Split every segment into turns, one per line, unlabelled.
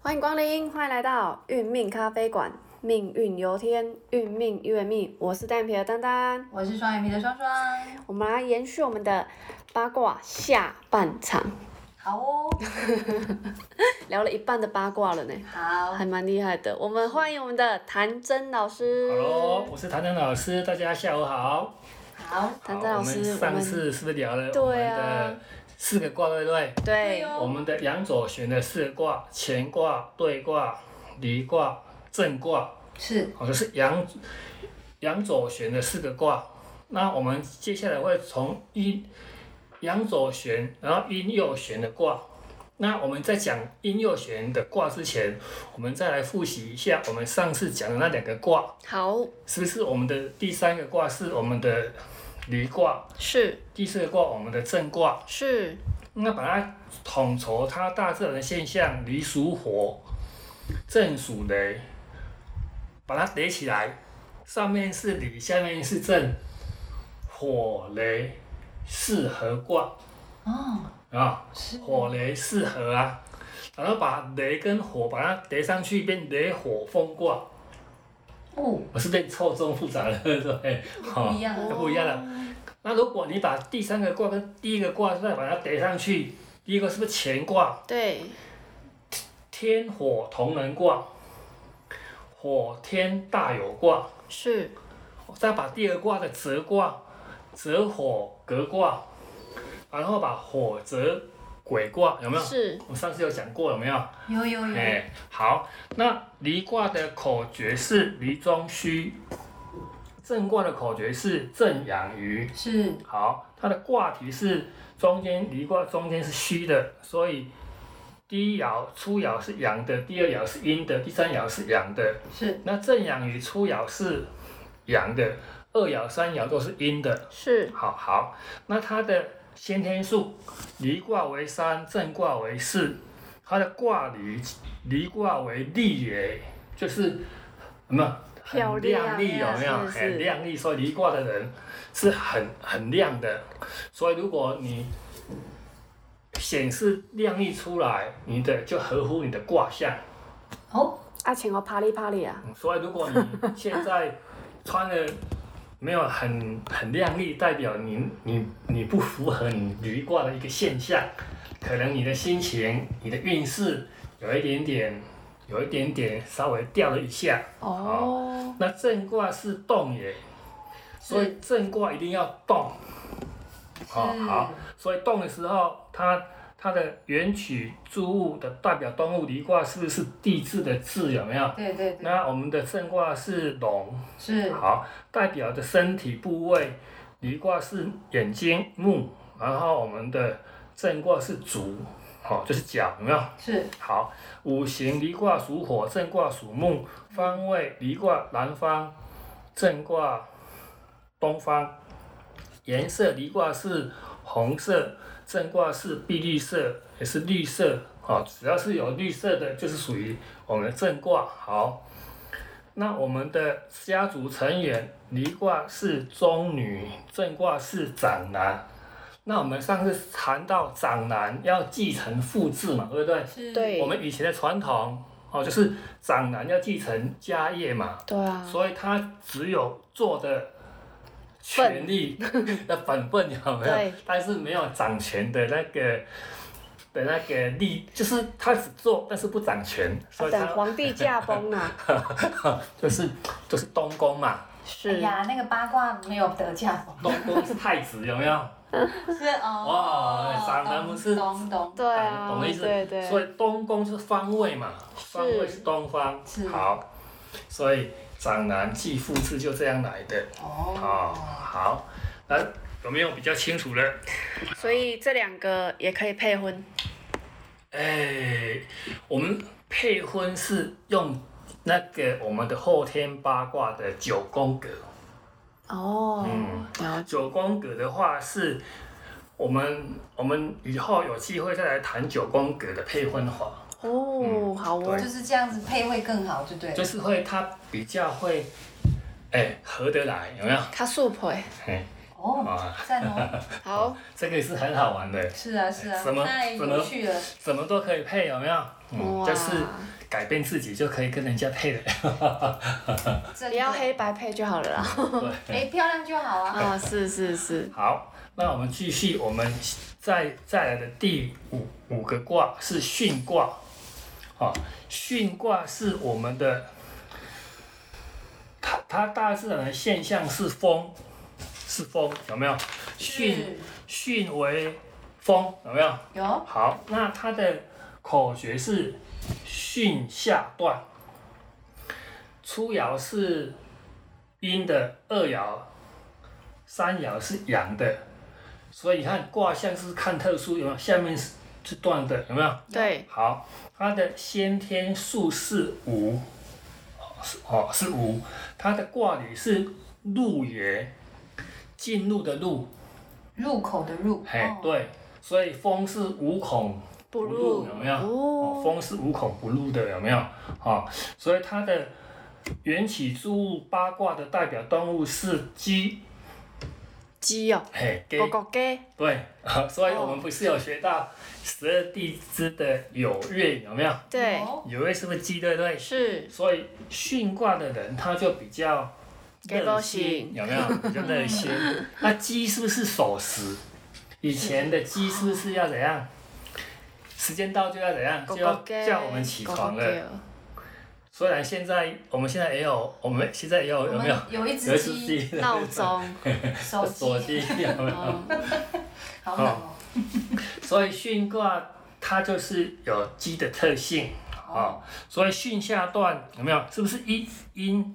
欢迎光临，欢迎来到运命咖啡馆，命运由天，运命由命。我是单眼皮的丹丹，
我是双眼皮的双双。
我们来延续我们的八卦下半场，
好哦，
聊了一半的八卦了呢，
好，
还蛮厉害的。我们欢迎我们的谭真老师。
Hello，我是谭丹老师，大家下午好。
好，
谭真老
好我
师，
们
我
上
们
次是不是聊了
对
我们
啊
的四个卦，对不对？
对
哦
哎我们的阳左旋的四个卦：乾卦、兑卦、离卦、震卦，
是
好，这是阳阳左旋的四个卦。那我们接下来会从阴阳左旋，然后阴右旋的卦。那我们在讲阴右旋的卦之前，我们再来复习一下我们上次讲的那两个卦。
好
是不是我们的第三个卦是我们的离卦，
是
第四个卦我们的震卦？
是
那把它统筹它大自然的现象，离属火，震属雷，把它叠起来，上面是离，下面是震，火雷四合卦
哦，
啊，
是
火雷四合啊，然后把雷跟火把它叠上去，变雷火风卦，
哦，
我是变错综复杂了，对不对？ 哦
不一样
就
了，
不一样了。那如果你把第三个卦跟第一个卦再把它叠上去，第一个是不是乾卦？
对
天火同人卦，火天大有卦。
是
再把第二卦的泽卦、泽火革卦，然后把火泽鬼卦，有没有？
是
我上次有讲过，有没有？
有有有，
哎，好，那离卦的口诀是离中虚，震卦的口诀是正养鱼。
是
好，它的卦体是中间离卦中间是虚的，所以第一爻、初爻是阳的，第二爻是阴的，第三爻是阳的。
是
那正阳与初爻是阳的，二爻、三爻都是阴的。
是
好好，那它的先天数，离卦为三，震卦为四，它的卦离离卦为利耶，就是什么？很
漂亮
亮丽有没有？
是是
很亮丽，所以离卦的人是很很亮的。所以如果你显示亮丽出来，你的就合乎你的卦象。
哦，
啊，请我啪哩啪哩啊，
所以如果你现在穿的没有很很靓丽，代表你你你不符合你离卦的一个现象，可能你的心情、你的运势有一点点，有一点点稍微掉了一下。
哦，
那正卦是动也，所以
是
正卦一定要动。好
是
好，所以动的时候，它它的原曲诸物的代表动物离卦是不是地字的字有没有？
对对对，
那我们的正卦是龙，
是
好，代表的身体部位，离卦是眼睛目，然后我们的正卦是足，好、就是脚，有没有？
是
好，五行离卦属火，正卦属木，方位离卦南方，正卦东方，颜色离卦是红色，正卦是碧绿色，也是绿色，好、只要是有绿色的，就是属于我们的正卦。好，那我们的家族成员离卦是中女，正卦是长男。那我们上次谈到长男要继承父志嘛，对不对？
是，
对
我们以前的传统哦，就是长男要继承家业嘛，
对啊，
所以他只有做的权利 的本分有没
对
有？但是没有掌权的那个的那个利，就是他只做，但是不掌权，所以
等
他
皇帝驾崩啊，
就是就是东宫嘛，
哎
是
呀，那个八卦没有得奖，
东宫是太子有没有？
是哦，
哇长男不是
懂懂懂，
对啊，
懂我意思
对对，
所以东宫是方位嘛，方位是东方
是，
好，所以长男继父制就这样来的。哦，
哦，
好，那有没有比较清楚的？
所以这两个也可以配婚，
哎，我们配婚是用那个我们的后天八卦的九宫格。
哦，
嗯
了解，
九宫格的话是，我们我们以后有机会再来谈九宫格的配婚法，
哦，好哦
嗯对，
就是这样子配会更好，就对
就
了，
是会它比较会，哎，合得来，有没有？
他速配，欸
哎，
哦，
啊，
赞哦！
好，
这个也是很好玩的，
是啊是啊
什么，
太
什么
有趣了。
什么都可以配，有没有？嗯，
哇，
就是改变自己就可以跟人家配的。
真
不要
的，
黑白配就好了啦。
哎，漂亮就好啊。
啊，是是是，
好，那我们继续，我们再再来的第五五个卦是巽卦，啊，巽卦是我们的，它它大自然的现象是风，是风，有没有？巽
是，
巽为风，有没有？
有
好，那它的口诀是巽下断，初爻是阴的，二爻、三爻是阳的，所以你看卦象是看特殊，有没有？下面是是断的，有没有？
对，
好，它的先天数是五，哦是哦是五，它的卦理是入也，进入的入，
入口的入。
嘿，
哦
对，所以风是五孔
不
入
入
有没有？哦，
哦，
风是无孔不入的，有没有？哦，所以它的缘起之物八卦的代表动物是鸡，
鸡哦，
嘿，鸡
狗，哦狗鸡，
对，啊所以我们不是有学到十二地支的有月有没有？
对，
有
有月是不是鸡对不对？
是
所以巽卦的人他就比较
给
热
多
心，
心
有没有？比较热 心。那鸡是不是守时？以前的鸡是不是要怎样？时间到就要怎样？
狗
就要
狗鸡，
叫我们起床
狗狗鸡
了。
哦
虽然现在我们现在也有，我们现在也有
我
有没
们
有？
有一
有
只
一只
鸡，
鸡，
闹钟，
手
锁
机，
鸡有 没有？
哦，
好冷哦。
所以巽卦它就是有鸡的特性
哦
啊、所以巽下段有没有？是不是一阴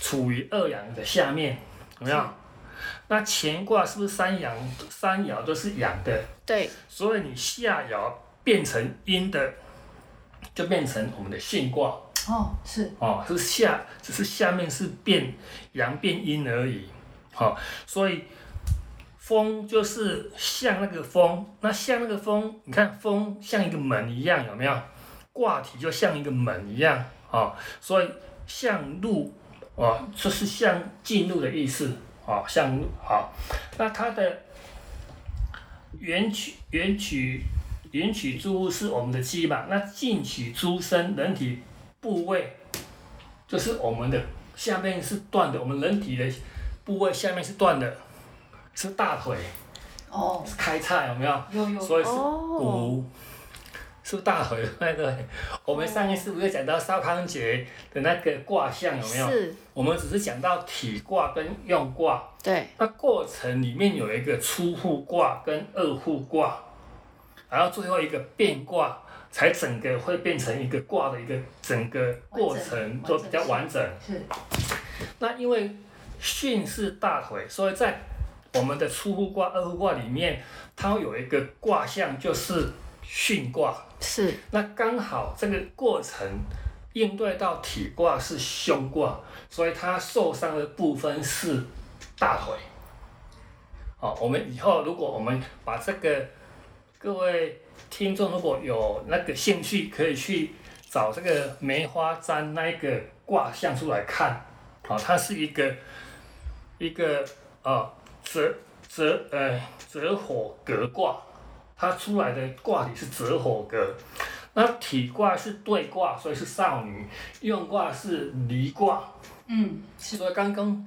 处于二阳的下面？有没有
是？
那乾卦是不是三阳三爻都是阳的？
对，
所以你下爻变成阴的，就变成我们的巽卦
哦，是
哦，是下，只是下面是变阳变阴而已，好、所以风就是像那个风，那像那个风，你看风像一个门一样，有没有？卦体就像一个门一样，哦，所以像入，哦，就是像进入的意思，哦，像入，好、那它的原曲原曲原曲之物是我们的鸡嘛，那进取诸身人体部位。就是我们的下面是断的，我们人体的部位下面是断的，是大腿，
哦，
是开叉，有没有？
有有
所以是
哦，
骨，是不是大腿？对不对。我
哦
们上一次不是讲到少康节的那个卦象有没有？
是，
我们只是讲到体卦跟用卦，
对，
那过程里面有一个初互卦跟二互卦，然后最后一个变卦。才整个会变成一个卦的一个整个过程
完整
都比较完整，
是
那因为巽是大腿，所以在我们的初步卦、二步卦里面，它有一个卦象就是巽卦。
是，
那刚好这个过程应对到体卦是胸卦，所以它受伤的部分是大腿。好，我们以后如果我们把这个各位听众如果有那个兴趣，可以去找这个梅花占那一个卦象出来看。好，它是一个一个呃折折呃折火格卦，它出来的卦体是折火格。那体卦是对卦，所以是少女；用卦是离卦，
嗯是
所以刚刚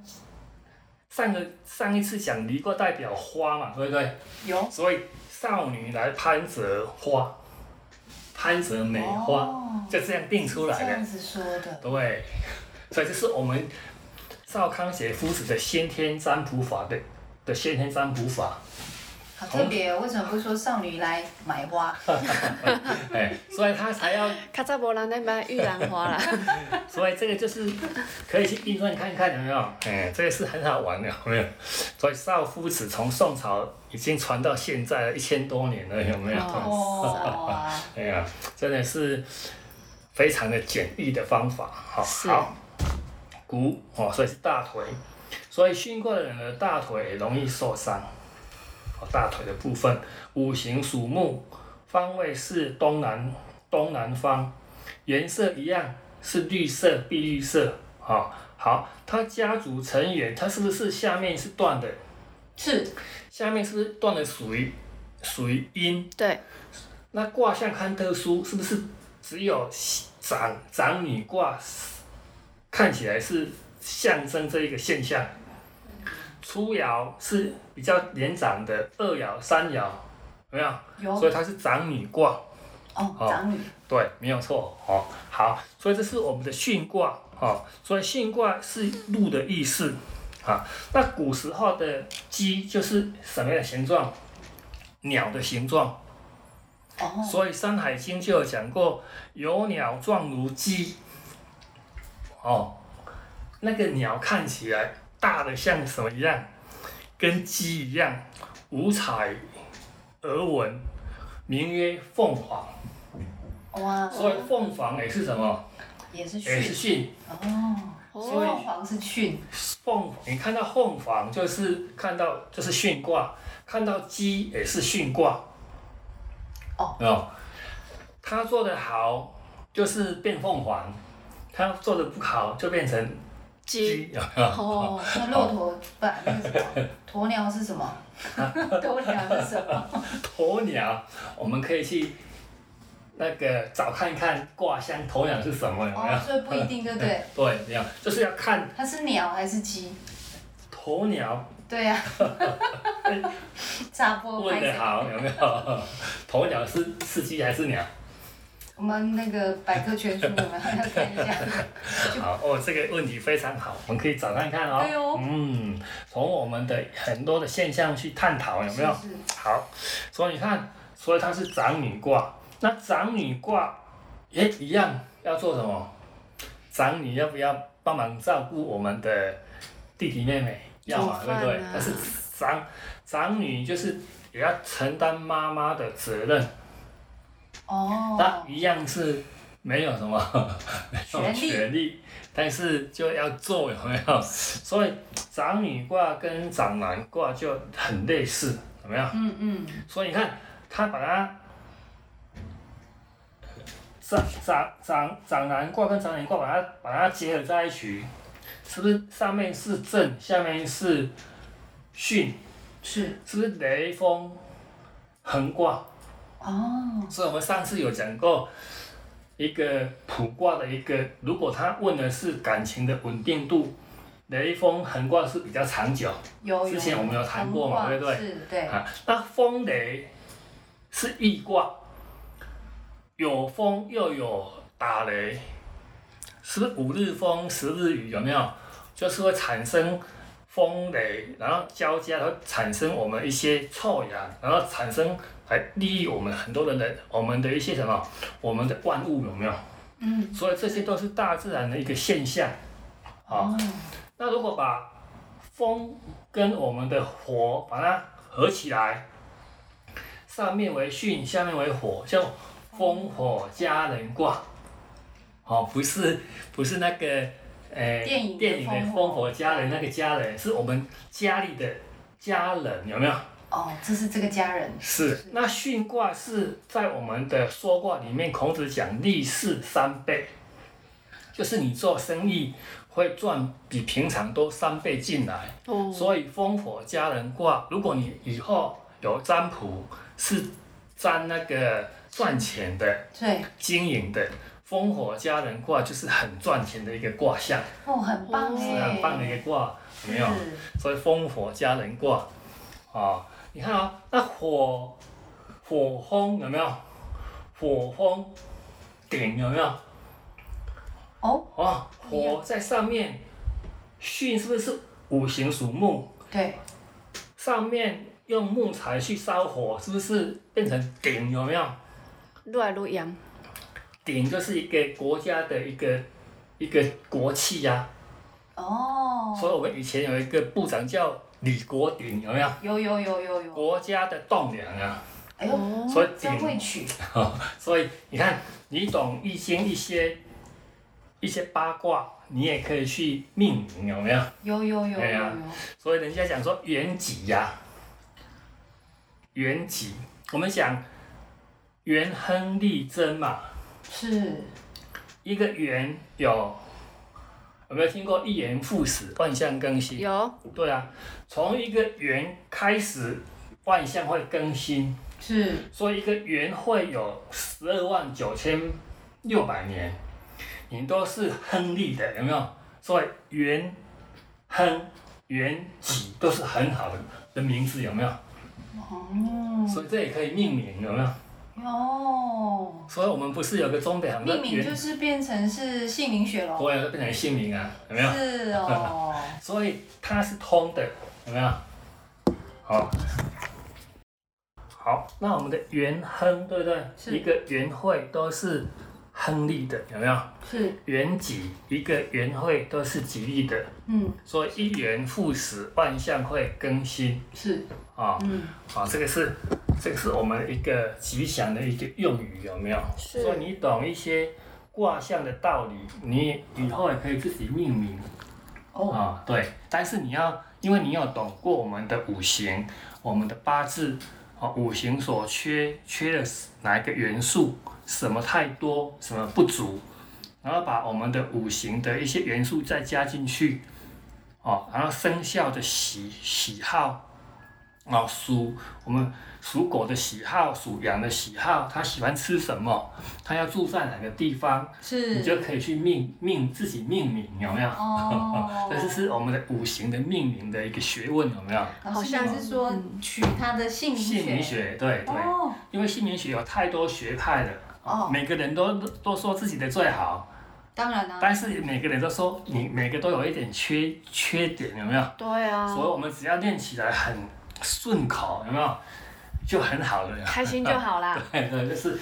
上个上一次讲离卦代表花嘛，对不对？
有
所以少女来攀折花，攀折梅花，
哦
就这样定出
这
来的
样。子说的，
对，所以这是我们赵康写夫子的先天占卜法的的先天占卜法。
好特别哦。为什么不说少女来买花？
哎，所以他才要，
较早无人咧买玉兰花 啦，
所以这个就是可以去印证看看有没有？哎，这个是很好玩的，有没有？ 所以少夫子从宋朝已经传到现在一千多年了，有没有？
哦
哇，
哎呀，真的是非常的简易的方法。好，
是
好，股哦，所以是大腿，所以训过的人的大腿容易受伤。哦，大腿的部分，五行属木，方位是东南东南方，颜色一样是绿色、碧绿色。好、好，他家族成员，他是不是下面是断的？
是
下面是不是断了水，水阴，
对，
那卦象看特殊，是不是只有长长女卦看起来是象征这一个现象？初爻是比较年长的二爻、三爻，有没有？
有
所以它是长女卦，
哦，
好
长女
对，没有错哦。好，所以这是我们的巽卦哦，所以巽卦是路的意思啊。那古时候的鸡就是什么样的形状？鸟的形状。
哦，
所以《山海经》就有讲过“有鸟状如鸡”，哦，那个鸟看起来大的像什么一样，跟鸡一样，五彩而纹，名曰凤凰。
哇，
所以凤凰也是什么？
也是
也是
训
巽。
哦，
所以
凤凰是训，
凤，你看到凤凰就是看到就是巽卦，看到鸡也是巽卦。
哦
哦，他做的好就是变凤凰，他做的不好就变成
鸡
鸡。有没有
哦，
那骆驼不然那是什么？鸵鸟是什么？鸵鸟是什么？
鸵鸟，我们可以去那个找看看卦象鸵鸟是什么，有没有
哦，？所以不一定，对不对？
对，没有，就是要看
它是鸟还是鸡？
鸵鸟
对 呀、啊，炸波
问的好有没有？ 鸵鸟是是鸡还 是鸟？
我们那个百科全书我们还要看一下。
好哦，这个问题非常好，我们可以找看看哦。
对哦
嗯，从我们的很多的现象去探讨，有没有？
是是
好，所以你看，所以它是长女卦，那长女卦也一样要做什么？长女要不要帮忙照顾我们的弟弟妹妹？要嘛，
煮饭
对
啊
不对？但是长长女就是也要承担妈妈的责任，那
哦，
一样是没有什么没
权利
有哦权利，但是就要做有没有？所以长女卦跟长男卦就很类似，有没有？
嗯嗯，
所以你看，他把它长长长长男卦跟长女卦把它把它结合在一起，是不是上面是震，下面是巽，
是
是不是雷风横卦？
哦，
所以我们上次有讲过一个普卦的一个，如果他问的是感情的稳定度，雷风横卦是比较长久
有有。
之前我们有谈过嘛
横
对不对
是，对，嗯
啊。那风雷是易卦，有风又有打雷，是不是五日风十日雨有没有？就是会产生风雷，然后交加，然后产生我们一些臭氧，然后产生还利益我们很多的人，我们的一些什么，我们的万物有没有？
嗯，
所以这些都是大自然的一个现象。啊
哦，
那如果把风跟我们的火把它合起来，上面为巽，下面为火，叫风火家人卦。哦，不是不是那个，呃，
电影的
电影的
烽火
烽火家人那个家人，是我们家里的家人，有没有？
哦，这是这个家人，
是。那巽卦是在我们的说卦里面，孔子讲立事三倍，就是你做生意会赚比平常多三倍进来。
哦，
所以烽火家人卦，如果你以后有占卜是占那个赚钱的、
对，
经营的，烽火家人卦就是很赚钱的一个卦象，
哦，很棒
哦
是
哎，
很棒的一个卦，有没有？
是
所以烽火家人卦，啊、你看啊、那火火风有没有？火风顶有没有？
哦，
哦，
一样
火在上面，巽是不是五行属木？
对，
上面用木材去烧火，是不是变成鼎？有没有？
越来越严，
鼎就是一个国家的一个一个国器呀、所
哦，
以我们以前有一个部长叫李国鼎，有没有？
有有有有有，
国家的栋梁啊，
哎呦，
哦，
所以
真会
鼎，
取，
所以你看，你懂易经一些一些八卦，你也可以去命名，有没有？
有有有有
对
有
啊，所以人家讲说原己呀、原己，我们讲元亨利贞嘛，
是，
一个元有有没有听过一元复始，万象更新？
有，
对啊，从一个元开始，万象会更新，
是
所以一个元会有十二万九千六百年，你都是亨利的，有没有？所以元亨元吉都是很好的名字，有没有？
哦，
所以这也可以命名，有没有？
哟，
所以我们不是有个中北行的
命名就
元，
是变成是姓名学喽，
我也变成姓名啊，有没有？
是哦，
所以它是通的，有没有？好，好，那我们的元亨，对不
是
对？一个元会都是亨利的，有没有？
是，
元吉一个元会都是吉利的，
嗯，
所以一元复始，万象会更新
是，
啊
嗯，
啊，这个是这个是我们一个吉祥的一个用语，有没有？
是
所以你懂一些卦象的道理，你以后也可以自己命名。
哦，
啊、对，但是你要，因为你有懂过我们的五行，我们的八字，哦，五行所缺缺的是哪一个元素，什么太多，什么不足，然后把我们的五行的一些元素再加进去，哦，然后生肖的喜喜好，哦，属我们属狗的喜好，属羊的喜好，他喜欢吃什么，他要住在哪个地方，你
是，
就可以去命命自己命名，有没有？
哦
这是是我们的五行的命名的一个学问，有没有？
老师你是嗯说取他的姓名
姓名学，对对，
哦，
因为姓名学有太多学派了，
哦
每个人都都说自己的最好，
当然啦、
但是每个人都说你每个都有一点缺缺点，有没有？
对啊
所以，我们只要练起来很顺口，有没有？就很好了。
开心就好啦。
对哎对，就是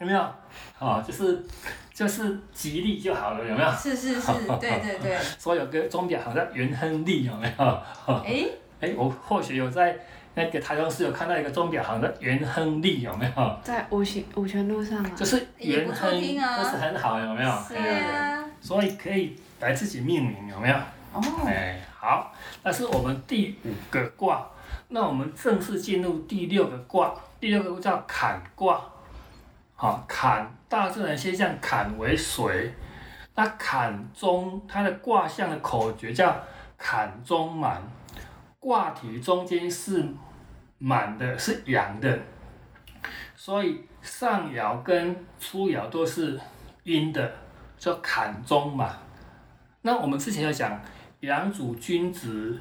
有没有？哦，就是就是吉利就好了，有没有？
是是是， 对对对，
所以有个钟表好像元亨利，有没有？
诶，
哎，我或许有在那个台中市有看到一个钟表行的元亨利，有没有？
在五行五泉路上啊
就，是
啊也
元
不错
亨，
听啊
就是很好，有没有？
是
哎呀
啊，
所以可以来自己命名，有没有？
哦，
哎，好，那是我们第五个卦，那我们正式进入第六个卦，第六个叫坎卦。好、坎大自然现象坎为水，那坎中它的卦象的口诀叫坎中满，卦体中间是满的，是阳的，所以上爻跟初爻都是阴的，叫坎中满。那我们之前有讲阳主君子，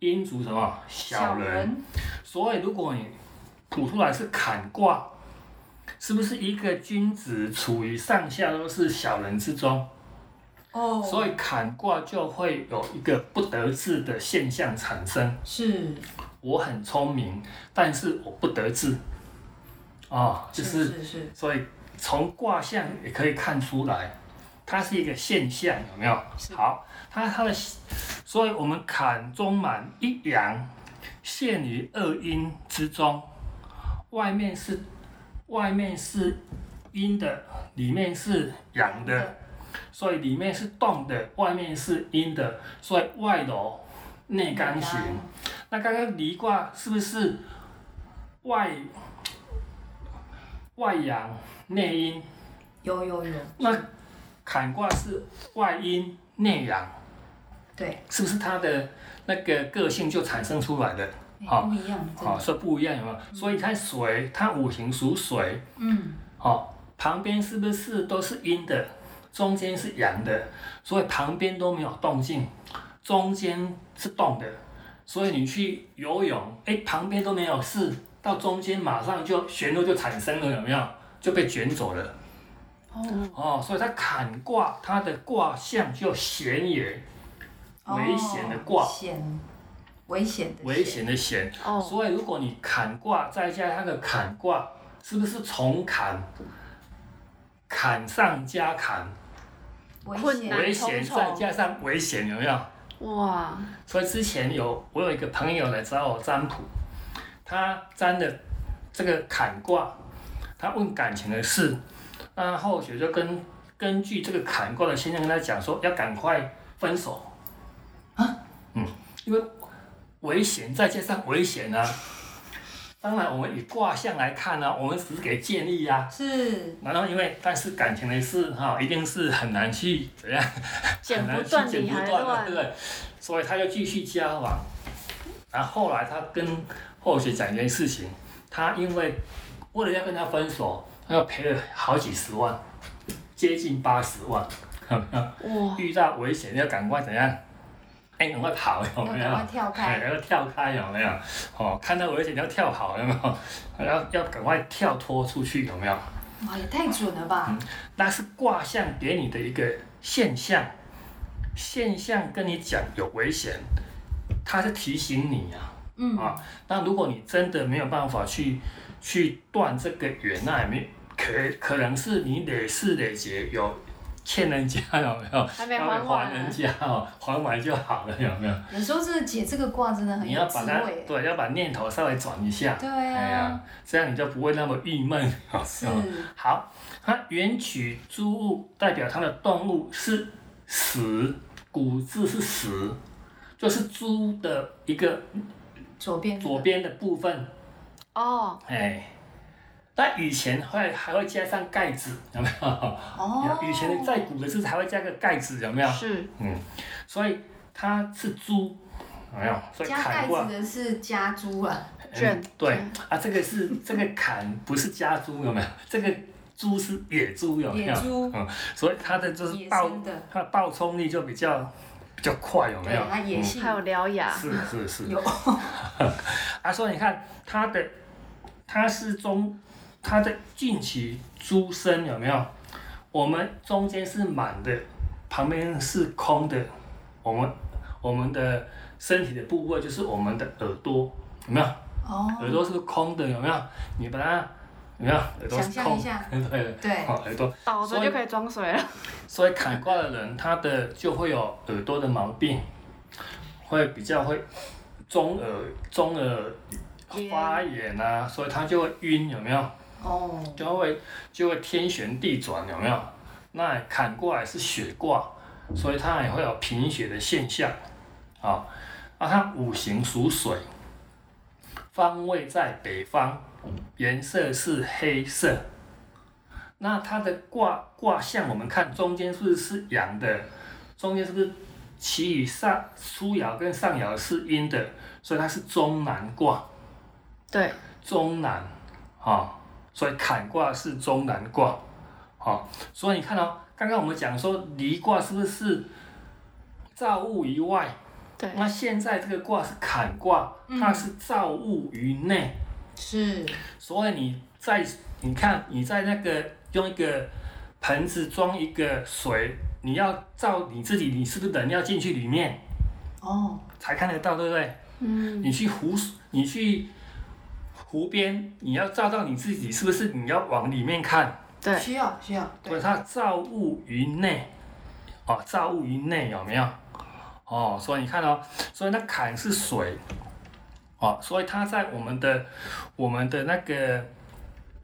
阴主什么小人，所以如果你吐出来是坎卦，是不是一个君子处于上下都是小人之中？
哦，
所以坎卦就会有一个不得志的现象产生。
是
我很聪明，但是我不得志。哦，就是
是是
所以从卦象也可以看出来，它是一个现象，有没有？好，它它的，所以我们坎中满一阳，陷于二阴之中，外面是外面是阴的，里面是阳的，所以里面是动的，外面是阴的，所以外柔内刚行。那刚刚离卦是不是外外阳内阴？
有有有，
那坎卦是外阴内阳，
对，
是不是它的那个个性就产生出来的？好
不一样，真
好、
的，
所以啊不一样，有没有？所以你看水，它五行属水，
嗯，
好、旁边是不是都是阴的，中间是阳的，所以旁边都没有动静，中间是动的，所以你去游泳，哎，旁边都没有事，到中间马上就旋落就产生了，有没有？就被卷走了。
哦，
哦，所以它坎卦，它的卦象就显也，危险的卦
哦险，危险的
危，险的险。
哦，
所以如果你坎卦再加它的坎卦，是不是从坎？坎上加坎，
危险
困难
危险
重重
再加上危险，有没有？
哇，
所以之前有我有一个朋友来找我占卜，他占的这个坎卦，他问感情的事，那后学就跟根据这个坎卦的现象跟他讲说，要赶快分手啊，嗯，因为危险再加上危险啊，当然，我们以卦象来看呢、我们只是给建议啊。
是
然后，因为但是感情的事哈、一定是很难去怎样，
剪
很
不
难去
断
剪
理
不
还
断啊，对
乱，
不对？所以他就继续交往。然后后来他跟后学讲一件事情，他因为为了要跟他分手，他要赔了好几十万，接近八十万。
哇，
遇到危险要赶快怎样？哎，赶快跑有
要
没
赶
有
快？跳
哎
开，，
要跳开有没有？哦，看到危险要跳跑有没有？要要赶快跳脱出去有没有？
哇，也太准了吧！
那是卦象给你的一个现象，现象跟你讲有危险，它是提醒你啊。
嗯
啊，那如果你真的没有办法去去断这个缘，那也没可可能是你累世累劫有欠人家有没有？
还没
他
还
们
完
还人
呢，
家哦，还完就好了，有没有？
有时候这解这个卦真的很
你
有
要
智
把它
慧，
对，要把念头稍微转一下，
对
哎呀
啊，，
这样你就不会那么郁闷。哦
是
哦好，它原曲诸物代表它的动物是死，古字是死，就是猪的一个
左边那个
左边的部分，
哦，
哎。那以前会还会加上盖子，有没 有？
哦，
以前的再古的字还会加个盖子，有没有？
是
嗯，所以它是猪，有没有？所以
加盖
砍过来
子的是家猪啊，
卷
对啊，这个是这个砍不是家猪有没有？这个猪是野猪有没
野
有？
猪
嗯，所以它的就是
野
爆
生的，
它的爆冲力就比较比较快有没
对，
有？
它野性
还有獠牙，
是是是
有，
啊，所以你看它的它是中它的近期猪身有没有？我们中间是满的，旁边是空的，我们我们的身体的部位就是我们的耳朵有没有？
哦，
耳朵是空的，有没有？你把它有没有？耳朵
想
是
象
空
一，下，
对，
对，
好耳朵。
倒着就可以装水了，
所以砍瓜的人，他的就会有耳朵的毛病，会比较会中耳中耳
耶
发炎啊，所以他就会晕，有没有？
哦，
就会就会天旋地转，有没有？那砍过来是血卦，所以它也会有贫血的现象啊。啊，它五行属水，方位在北方，颜色是黑色。那它的卦卦象，我们看中间是不是阳的？中间是不是其余上初爻跟上爻是阴的？所以它是中南卦。
对，
中南，哈、所以坎卦是中南卦，哈、所以你看哦，刚刚我们讲说离卦是不是造物以外？
对
那现在这个卦是坎卦，它是造物于内，
是
所以你在你看你在那个用一个盆子装一个水，你要照你自己，你是不是人要进去里面
哦，
才看得到，对不对？
嗯，
你去湖，你去湖边，你要照到你自己，是不是？你要往里面看，
对，
需要需要，
所
对，
以它造物于内，哦，造物于内有没有？哦，所以你看哦，所以那坎是水，哦，所以它在我们的我们的那个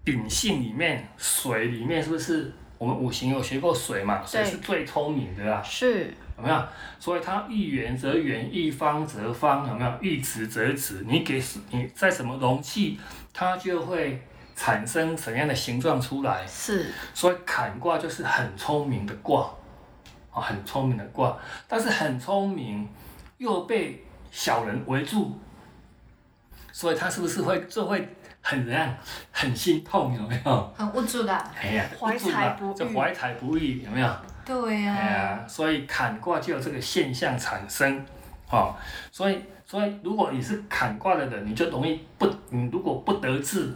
秉性里面，水里面是不是？我们五行有学过水嘛，水
对
是最聪明的啊啦、
是
有没有？所以它一圆则圆，一方则方，有没有？一直则直。你给你在什么容器，它就会产生什么样的形状出来。
是，
所以坎卦就是很聪明的卦，啊，很聪明的卦，但是很聪明又被小人围住，所以他是不是会就会很怎样，很心痛，有没有？
很无助的，
哎呀，
怀才不遇
就怀才不遇，有没有？
对啊
哎
呀，
呀，所以坎卦就有这个现象产生，哦，所以所以如果你是坎卦的人，你就容易不，你如果不得志，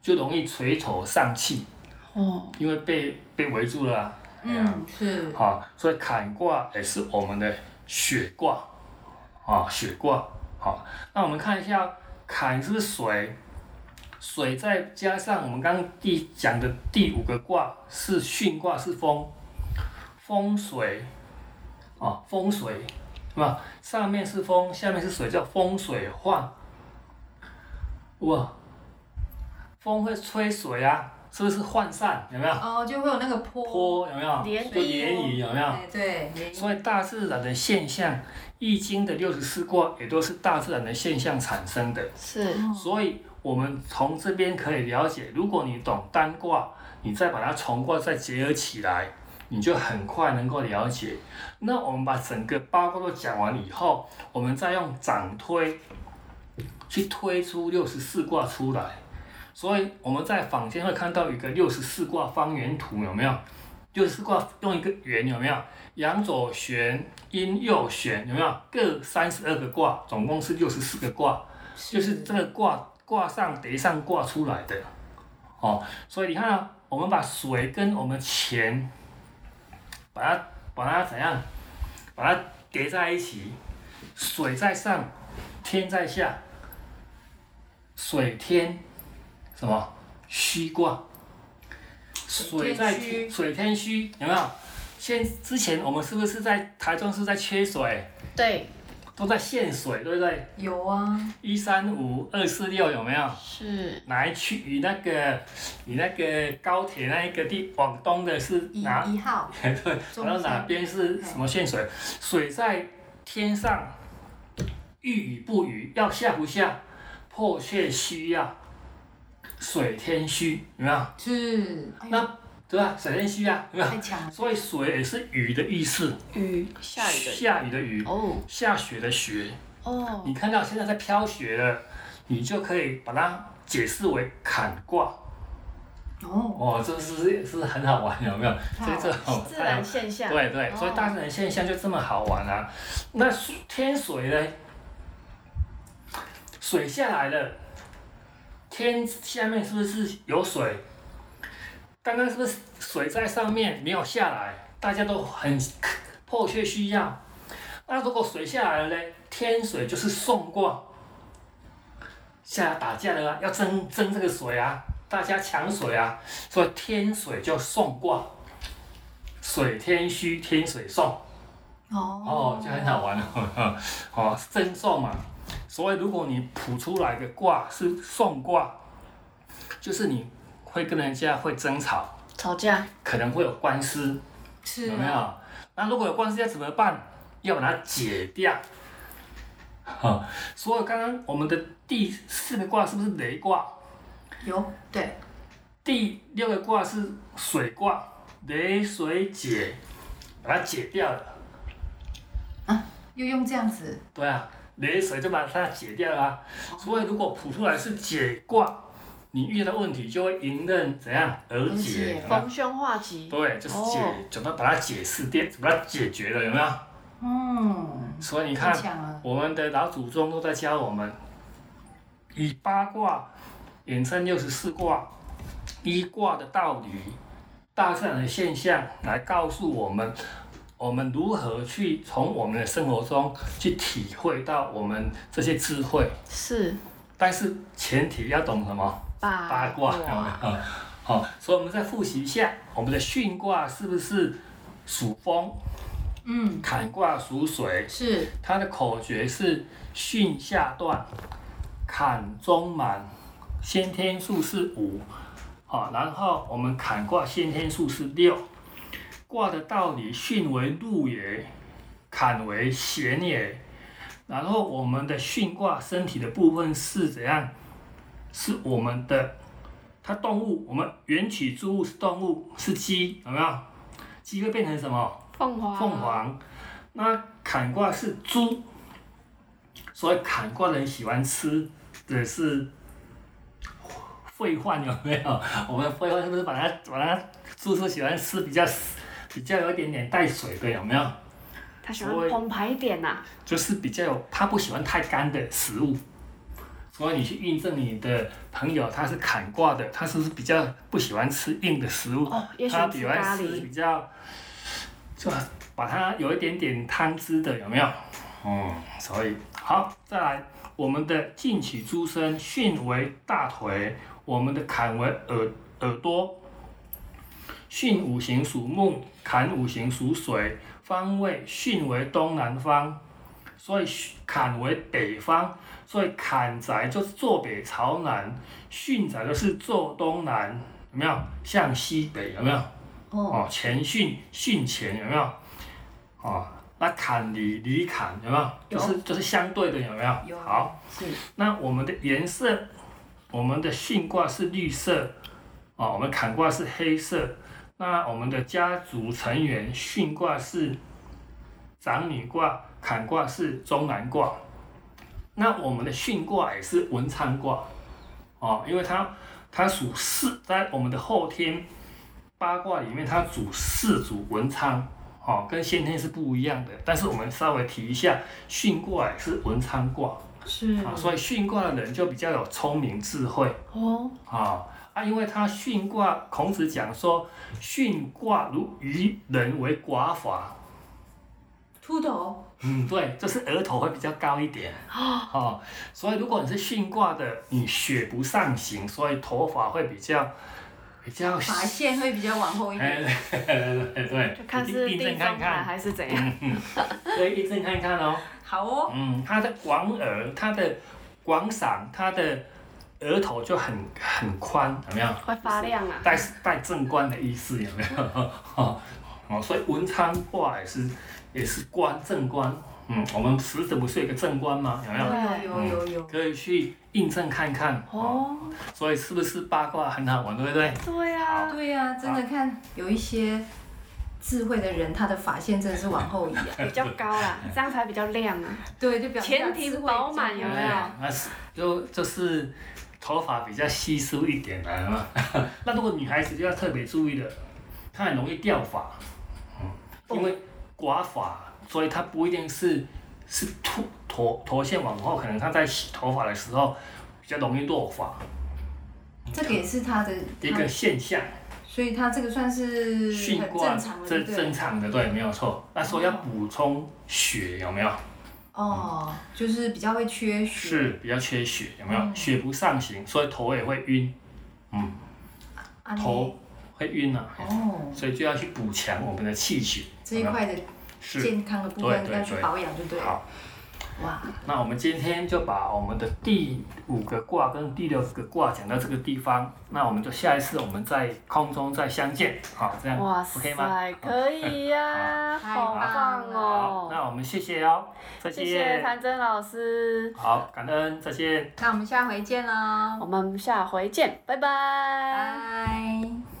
就容易垂头丧气，
哦，
因为被被围住了、啊，哎呀
嗯，是
好、啊所以坎卦也是我们的血卦，啊、血卦，好、那我们看一下坎是水，水再加上我们刚刚第讲的第五个卦是巽卦，是风，风水，啊、风水，是吧？上面是风，下面是水，叫风水患，哇，风会吹水啊，是不是涣散？有没有？
哦，就会有那个坡，
坡有没有？
涟
就涟漪有没有？
哎，对，涟漪
所以大自然的现象，《易经》的六十四卦也都是大自然的现象产生的。
是
哦
所以我们从这边可以了解，如果你懂单卦，你再把它重卦再结合起来，你就很快能够了解。那我们把整个八卦都讲完以后，我们再用掌推去推出六十四卦出来。所以我们在坊间会看到一个六十四卦方圆图，有没有？六十四卦用一个圆，有没有？阳左旋，阴右旋，有没有？各三十二个卦，总共是六十四个卦，就是这个卦卦上叠上卦出来的。哦，所以你看、啊，我们把水跟我们钱，把它把它怎样，把它叠在一起，水在上，天在下，水天什么虚卦，水在
天虚
水天虚有没有？现之前我们是不是在台中是在缺水，
对，
都在限水，对不对？
有啊，
一三五二四六有没有？
是
哪一区？你那个，你那个高铁那一个地，往东的是
一
哪？
一号
对，
中
然后哪
山
边是什么限水？水在天上，欲雨不雨，要下不下，迫切需要。水天虚，有没有？
是，哎呦
那对吧？水天虚啊，有没
太
有？
强了，
所以水也是雨的意思，
雨下雨的雨
下雨的雨，
哦
下雪的雪。
哦
你看到现在在飘雪了，你就可以把它解释为坎卦。
哦，
哦，这是是很好玩，有没有？
好
所以这种
自然现象
对对，
哦
所以大自然现象就这么好玩啊。那水天水呢？水下来了，天下面是不是有水？刚刚是不是水在上面没有下来？大家都很迫切需要。那如果水下来了呢？天水就是送卦，下来打架了啊，要争争这个水啊，大家抢水啊，所以天水就送卦，水天虚，天水送，哦
哦，，
就很好玩哦， 哦，赠送嘛。所以如果你谱出来的卦是送卦，就是你会跟人家会争吵，
吵架
可能会有官司，
是啊
有没有？那如果有官司要怎么办？要把它解掉。 哈，所以刚刚我们的第四个卦是不是雷卦？
有，对，
第六个卦是水卦，雷水解，把它解掉了。
又用这样子，
对啊，雷水就把它解掉了、啊。所以如果谱出来是解卦，你遇到问题就会迎刃怎样而
而解
解？有没有
逢凶化吉
对，就是解
哦，
怎么把它解释掉，怎么把它解决了，有没有？
嗯，
所以你
太
看，
强了，
我们的老祖宗都在教我们，以八卦衍生六十四卦，一卦的道理、大自然的现象来告诉我们，我们如何去从我们的生活中去体会到我们这些智慧。
是
但是前提要懂什么
八
八卦，有 没有好，所以我们再复习一下，我们的巽卦是不是属风？
嗯，
坎卦属水，
是
它的口诀是巽下段，坎中满，先天数是五，好，然后我们坎卦先天数是六，卦的道理巽为入也，坎为咸也，然后我们的巽卦身体的部分是怎样？是我们的，它动物，我们原起之物是动物，是鸡，有没有？鸡会变成什么？
凤凰
凤凰，那坎卦是猪，所以坎卦人喜欢吃的是废患有没有？ 我们废患是不是把它把它猪是喜欢吃比较比较有一点点带水的有没有？
他喜欢
所以
澎湃一点呐、
就是比较有他不喜欢太干的食物。所以你去印证你的朋友他是坎卦的，他是不是比较不喜欢吃硬的食物？
哦，也喜
它
欢
比
吃
较
咖
是
喱
比较，就把它有一点点汤汁的，有没有？嗯，所以好，再来我们的进取诸身，巽为大腿，我们的坎为耳耳朵。巽五行属木，坎五行属水，方位巽为东南方，所以巽坎为北方，所以坎宅就是坐北朝南，巽宅就是坐东南，有没有？向西北有没有？
哦，
哦，前巽巽前有没有？哦，那坎离离坎有没有？
有
就是就是相对的有没有？
有
好，，
是
那我们的颜色我们的巽卦是绿色，啊，我们坎卦是黑色。那我们的家族成员，巽卦是长女卦，坎卦是中男卦。那我们的巽卦也是文昌卦，哦，因为它它属四，在我们的后天八卦里面，它主四主文昌，哦，跟先天是不一样的。但是我们稍微提一下，巽卦也是文昌卦，
是
啊，所以巽卦的人就比较有聪明智慧
哦，
啊啊，因为他巽卦，孔子讲说，巽卦如于人为寡法，
秃头
嗯，对，就是额头会比较高一点
啊，
哦，所以如果你是巽卦的，你血不上行，所以头发会比较比较，
发线会比较往后一点。
哎， 对对，
就看
一
是
定
地中
正看
海
看，嗯
还是怎样。
所以印证看看哦。
好哦，
嗯，他的广耳，他的广嗓，他的额头就很很宽，有没有？
会发亮啊！
带带正官的意思有没有？ 哦，哦所以文昌卦也是也是官正官，嗯，我们十子不是有一个正官吗？有没有？
对，啊有有有，
可以去印证看看哦。
哦，
所以是不是八卦很好玩，对不对？
对
嗯
啊，
对呀、真的看有一些智慧的人，他的发线真的是往后移 啊。
比较高啦，这样才比较亮啊。
对，就表示他
前庭
智慧
饱满有没有
哎那是就就是头发比较稀疏一点的嘛。 那如果女孩子就要特别注意了，她很容易掉发，嗯，因为刮发，所以她不一定是是秃头头线往后，可能她在洗头发的时候比较容易落发
这个也是他的
一个现象，
所以他这个算嗯是
训
很
卦
正常的，对
正
不对？
正常的对，没有错。那时候要补充血有没有？
哦，就是嗯比较会缺血。
是比较缺血有没有？血不上行，所以头也会晕，嗯，
啊你
头会晕啊。
哦，
所以就要去补强我们的气血
这一块的
是，
健康的部
对
分
对
要去保养，就对了。
好，
哇，
那我们今天就把我们的第五个卦跟第六个卦讲到这个地方，那我们就下一次我们在空中再相见，好，这样
哇
嗯 OK 吗？嗯
塞，可以呀，
好
好棒
好，
哦！
那我们谢谢哦，再
谢谢
见。
谭真老师，
好，感恩，再见。
那我们下回见喽，
我们下回见，拜拜。
拜。